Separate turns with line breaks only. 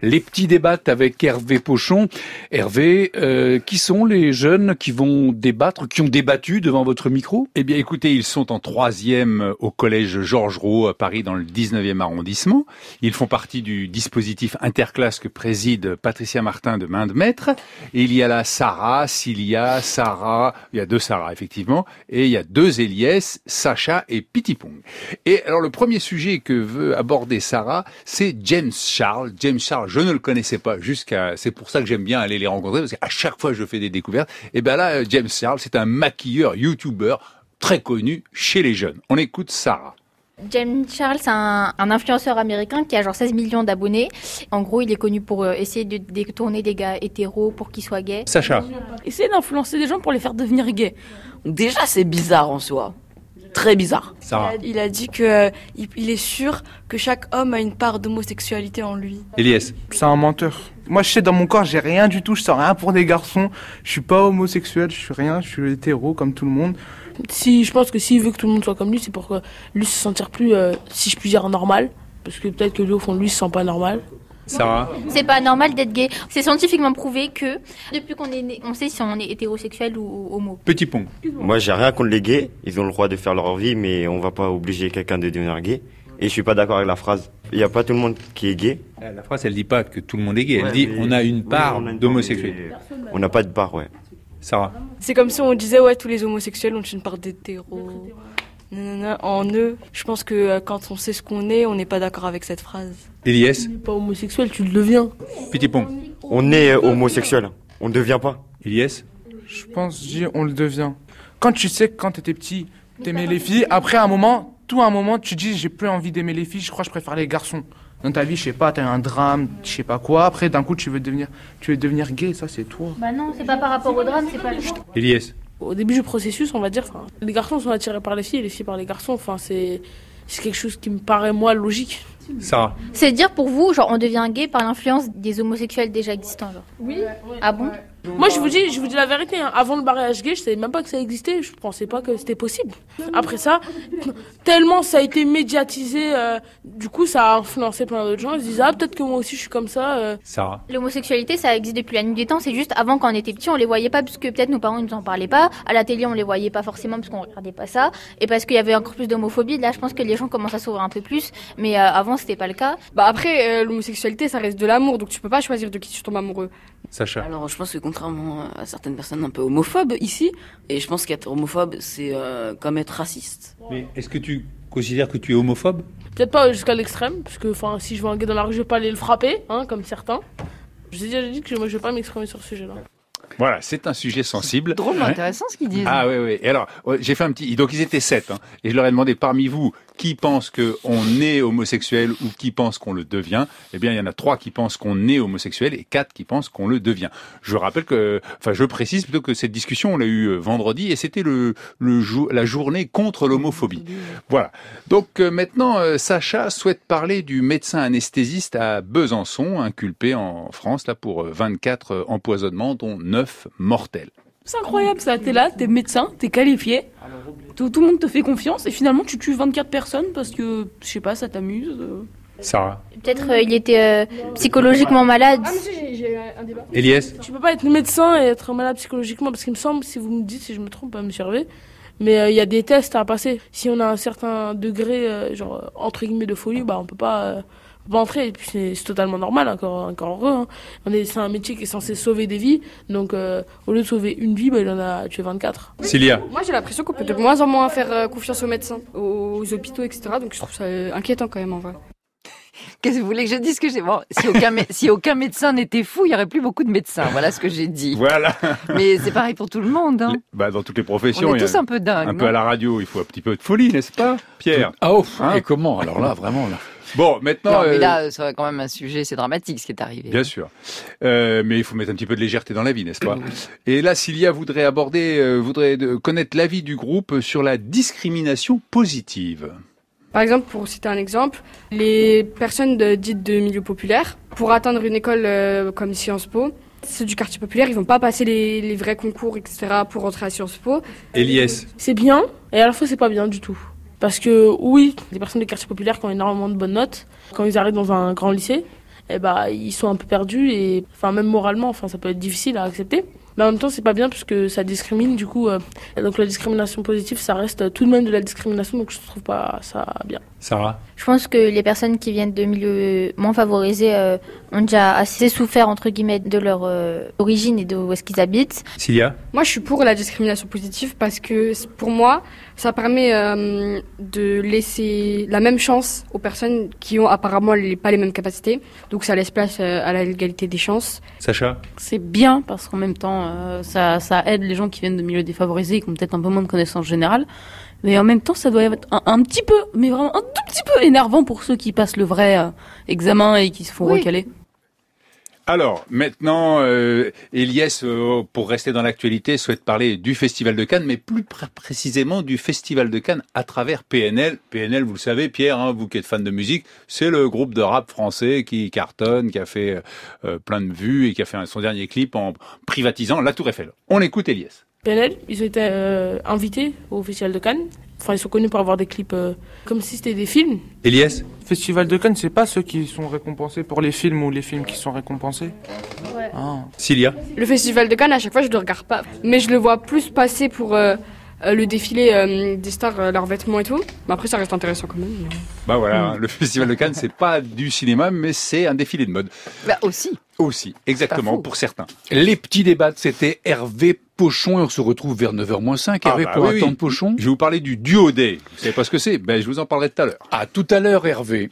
Les petits débats avec Hervé Pochon. Hervé, euh, qui sont les jeunes qui vont débattre, qui ont débattu devant votre micro
Eh bien, écoutez, ils sont en troisième au collège Georges Roux à Paris, dans le 19e arrondissement. Ils font partie du dispositif interclasse que préside Patricia Martin de Main de Maître. Et il y a la Sarah, Cilia, Sarah, il y a deux Sarah, effectivement, et il y a deux Eliès, Sacha et Pitipong. Et alors, le premier sujet que veut aborder Sarah, c'est James Charles. James Charles, je ne le connaissais pas jusqu'à c'est pour ça que j'aime bien aller les rencontrer parce qu'à chaque fois je fais des découvertes et ben là James Charles c'est un maquilleur youtubeur très connu chez les jeunes on écoute Sarah
James Charles, c'est un, un, influenceur américain qui a genre 16 millions d'abonnés. En gros, il est connu pour euh, essayer de détourner des gars hétéros pour qu'ils soient gays.
Sacha.
Essayer d'influencer des gens pour les faire devenir gays. Déjà, c'est bizarre en soi très bizarre.
Sarah.
Il, a, il a dit que euh, il, il, est sûr que chaque homme a une part d'homosexualité en lui.
Euh, Elias.
C'est un menteur. Moi, je sais dans mon corps, j'ai rien du tout. Je sens rien pour des garçons. Je suis pas homosexuel. Je suis rien. Je suis hétéro comme tout le monde.
Si je pense que s'il veut que tout le monde soit comme lui, c'est pour que lui se sentir plus, euh, si je puis dire, normal. Parce que peut-être que lui au fond de lui se sent pas normal.
Sarah.
C'est pas normal d'être gay. C'est scientifiquement prouvé que depuis qu'on est né, on sait si on est hétérosexuel ou homo.
Petit pont.
Moi, j'ai rien contre les gays. Ils ont le droit de faire leur vie, mais on va pas obliger quelqu'un de devenir gay. Et je suis pas d'accord avec la phrase. Il n'y a pas tout le monde qui est gay.
Euh, La phrase, elle dit pas que tout le monde est gay. elle ouais, dit on a une part oui, d'homosexuel.
On n'a pas de part, ouais.
Sarah.
C'est comme si on disait ouais tous les homosexuels ont une part d'hétéro. Nanana, en eux. Je pense que euh, quand on sait ce qu'on est, on n'est pas d'accord avec cette phrase.
Elias
Tu n'es pas homosexuel, tu le deviens.
Petit pont.
On est euh, homosexuel, on ne devient pas.
Elias
Je pense, je dis, on le devient. Quand tu sais que quand t'étais petit, t'aimais les filles, après un moment, tout un moment, tu dis j'ai plus envie d'aimer les filles, je crois que je préfère les garçons. Dans ta vie, je sais pas, t'as un drame, je sais pas quoi, après d'un coup tu veux devenir tu veux devenir gay, ça c'est toi.
Bah non, c'est pas par rapport au drame, c'est pas le
Elias
au début du processus, on va dire, les garçons sont attirés par les filles et les filles par les garçons. Enfin, c'est quelque chose qui me paraît, moi, logique.
Sarah.
C'est dire pour vous, genre, on devient gay par l'influence des homosexuels déjà existants, genre.
Oui.
Ah bon
Moi, je vous dis, je vous dis la vérité. Hein. Avant le mariage gay, je savais même pas que ça existait. Je pensais pas que c'était possible. Après ça, tellement ça a été médiatisé, euh, du coup, ça a influencé plein d'autres gens. Ils se disent ah peut-être que moi aussi je suis comme ça. Euh.
Sarah.
L'homosexualité, ça existe depuis la nuit des temps. C'est juste avant quand on était petit, on les voyait pas parce que peut-être nos parents nous en parlaient pas. À la télé, on les voyait pas forcément parce qu'on regardait pas ça et parce qu'il y avait encore plus d'homophobie. Là, je pense que les gens commencent à s'ouvrir un peu plus. Mais euh, avant c'était pas le cas.
Bah après, euh, l'homosexualité, ça reste de l'amour, donc tu peux pas choisir de qui tu tombes amoureux.
Sacha.
Alors je pense que contrairement à certaines personnes un peu homophobes ici, et je pense qu'être homophobe, c'est euh, comme être raciste.
Mais est-ce que tu considères que tu es homophobe
Peut-être pas jusqu'à l'extrême, parce que enfin, si je vois un gars dans la rue, je vais pas aller le frapper, hein, comme certains. Je déjà dit que je, moi, je vais pas m'exprimer sur ce sujet-là.
Voilà, c'est un sujet sensible.
Drôle, intéressant ce qu'ils disent.
Ah oui, oui. Et alors, j'ai fait un petit. Donc ils étaient sept, hein, et je leur ai demandé parmi vous qui pense que on est homosexuel ou qui pense qu'on le devient. Eh bien, il y en a trois qui pensent qu'on est homosexuel et quatre qui pensent qu'on le devient. Je rappelle que, enfin, je précise plutôt que cette discussion on l'a eu vendredi et c'était le, le jour, la journée contre l'homophobie. Voilà. Donc euh, maintenant, euh, Sacha souhaite parler du médecin anesthésiste à Besançon, inculpé en France là pour 24 empoisonnements, dont 9 mortels.
C'est incroyable ça, t'es là, t'es médecin, t'es qualifié, tout, tout, le monde te fait confiance et finalement tu tues 24 personnes parce que, je sais pas, ça t'amuse.
Sarah.
Peut-être euh, il était euh, psychologiquement malade.
Ah, mais si, j'ai un débat.
Elias.
Tu peux pas être médecin et être malade psychologiquement parce qu'il me semble, si vous me dites, si je me trompe, pas me surveiller, mais il euh, y a des tests à passer. Si on a un certain degré, euh, genre, entre guillemets, de folie, bah on peut pas rentrer. Et puis c'est totalement normal, encore, encore heureux. Hein. On est, c'est un métier qui est censé sauver des vies. Donc euh, au lieu de sauver une vie, bah, il en a tué 24.
Célia.
Moi j'ai l'impression qu'on peut de moins en moins faire euh, confiance aux médecins, aux hôpitaux, etc. Donc je trouve ça euh, inquiétant quand même en vrai.
Qu'est-ce que vous voulez que je dise que j'ai bon, si aucun, si aucun médecin n'était fou, il n'y aurait plus beaucoup de médecins. Voilà ce que j'ai dit.
Voilà.
Mais c'est pareil pour tout le monde. Hein.
Bah, dans toutes les professions.
On est tous un peu dingue.
Un peu à la radio, il faut un petit peu de folie, n'est-ce pas, Pierre
Ah oh, hein et comment Alors là, vraiment là.
Bon, maintenant. euh,
Non, mais là, c'est quand même un sujet, c'est dramatique ce qui est arrivé.
Bien sûr. Euh, mais il faut mettre un petit peu de légèreté dans la vie, n'est-ce pas Et là, Cilia voudrait aborder, euh, voudrait connaître l'avis du groupe sur la discrimination positive.
Par exemple, pour citer un exemple, les personnes de, dites de milieu populaire, pour atteindre une école euh, comme Sciences Po, ceux du quartier populaire, ils vont pas passer les, les vrais concours, etc., pour entrer à Sciences Po.
Elias.
C'est bien, et à la fois c'est pas bien du tout. Parce que oui, les personnes des quartiers populaires qui ont énormément de bonnes notes, quand ils arrivent dans un grand lycée, eh bah, ils sont un peu perdus et enfin même moralement, enfin ça peut être difficile à accepter. Mais en même temps, c'est pas bien puisque ça discrimine du coup. euh, et donc la discrimination positive, ça reste tout de même de la discrimination, donc je trouve pas ça bien.
Sarah
Je pense que les personnes qui viennent de milieux moins favorisés euh, ont déjà assez souffert, entre guillemets, de leur euh, origine et de où est-ce qu'ils habitent.
Cilia
Moi, je suis pour la discrimination positive parce que c- pour moi, ça permet euh, de laisser la même chance aux personnes qui ont apparemment les- pas les mêmes capacités. Donc, ça laisse place euh, à l'égalité des chances.
Sacha
C'est bien parce qu'en même temps, euh, ça, ça aide les gens qui viennent de milieux défavorisés et qui ont peut-être un peu moins de connaissances générales. Mais en même temps, ça doit être un, un petit peu, mais vraiment un tout petit peu énervant pour ceux qui passent le vrai euh, examen et qui se font
Oui.
recaler.
Alors, maintenant, euh, Elias, euh, pour rester dans l'actualité, souhaite parler du Festival de Cannes, mais plus pr- précisément du Festival de Cannes à travers PNL. PNL, vous le savez, Pierre, hein, vous qui êtes fan de musique, c'est le groupe de rap français qui cartonne, qui a fait euh, plein de vues et qui a fait un- son dernier clip en privatisant la Tour Eiffel. On écoute Elias.
PNL, ils ont été euh, invités au Festival de Cannes. Enfin, ils sont connus pour avoir des clips euh, comme si c'était des films.
Elias
Festival de Cannes, c'est pas ceux qui sont récompensés pour les films ou les films qui sont récompensés
Ouais.
Ah.
Cilia
Le festival de Cannes, à chaque fois, je le regarde pas. Mais je le vois plus passer pour euh, euh, le défilé euh, des stars, euh, leurs vêtements et tout. Mais après, ça reste intéressant quand même.
Bah voilà, hein, le Festival de Cannes, c'est pas du cinéma, mais c'est un défilé de mode.
Bah aussi.
Aussi, exactement,
faux.
pour certains.
Les petits débats, c'était Hervé Pochon et on se retrouve vers 9h-5.
Ah
Hervé,
bah
pour
oui, oui.
attendre Pochon
Je vais vous parler du duo day. Vous savez pas ce que c'est Ben, je vous en parlerai tout à l'heure.
À tout à l'heure, Hervé.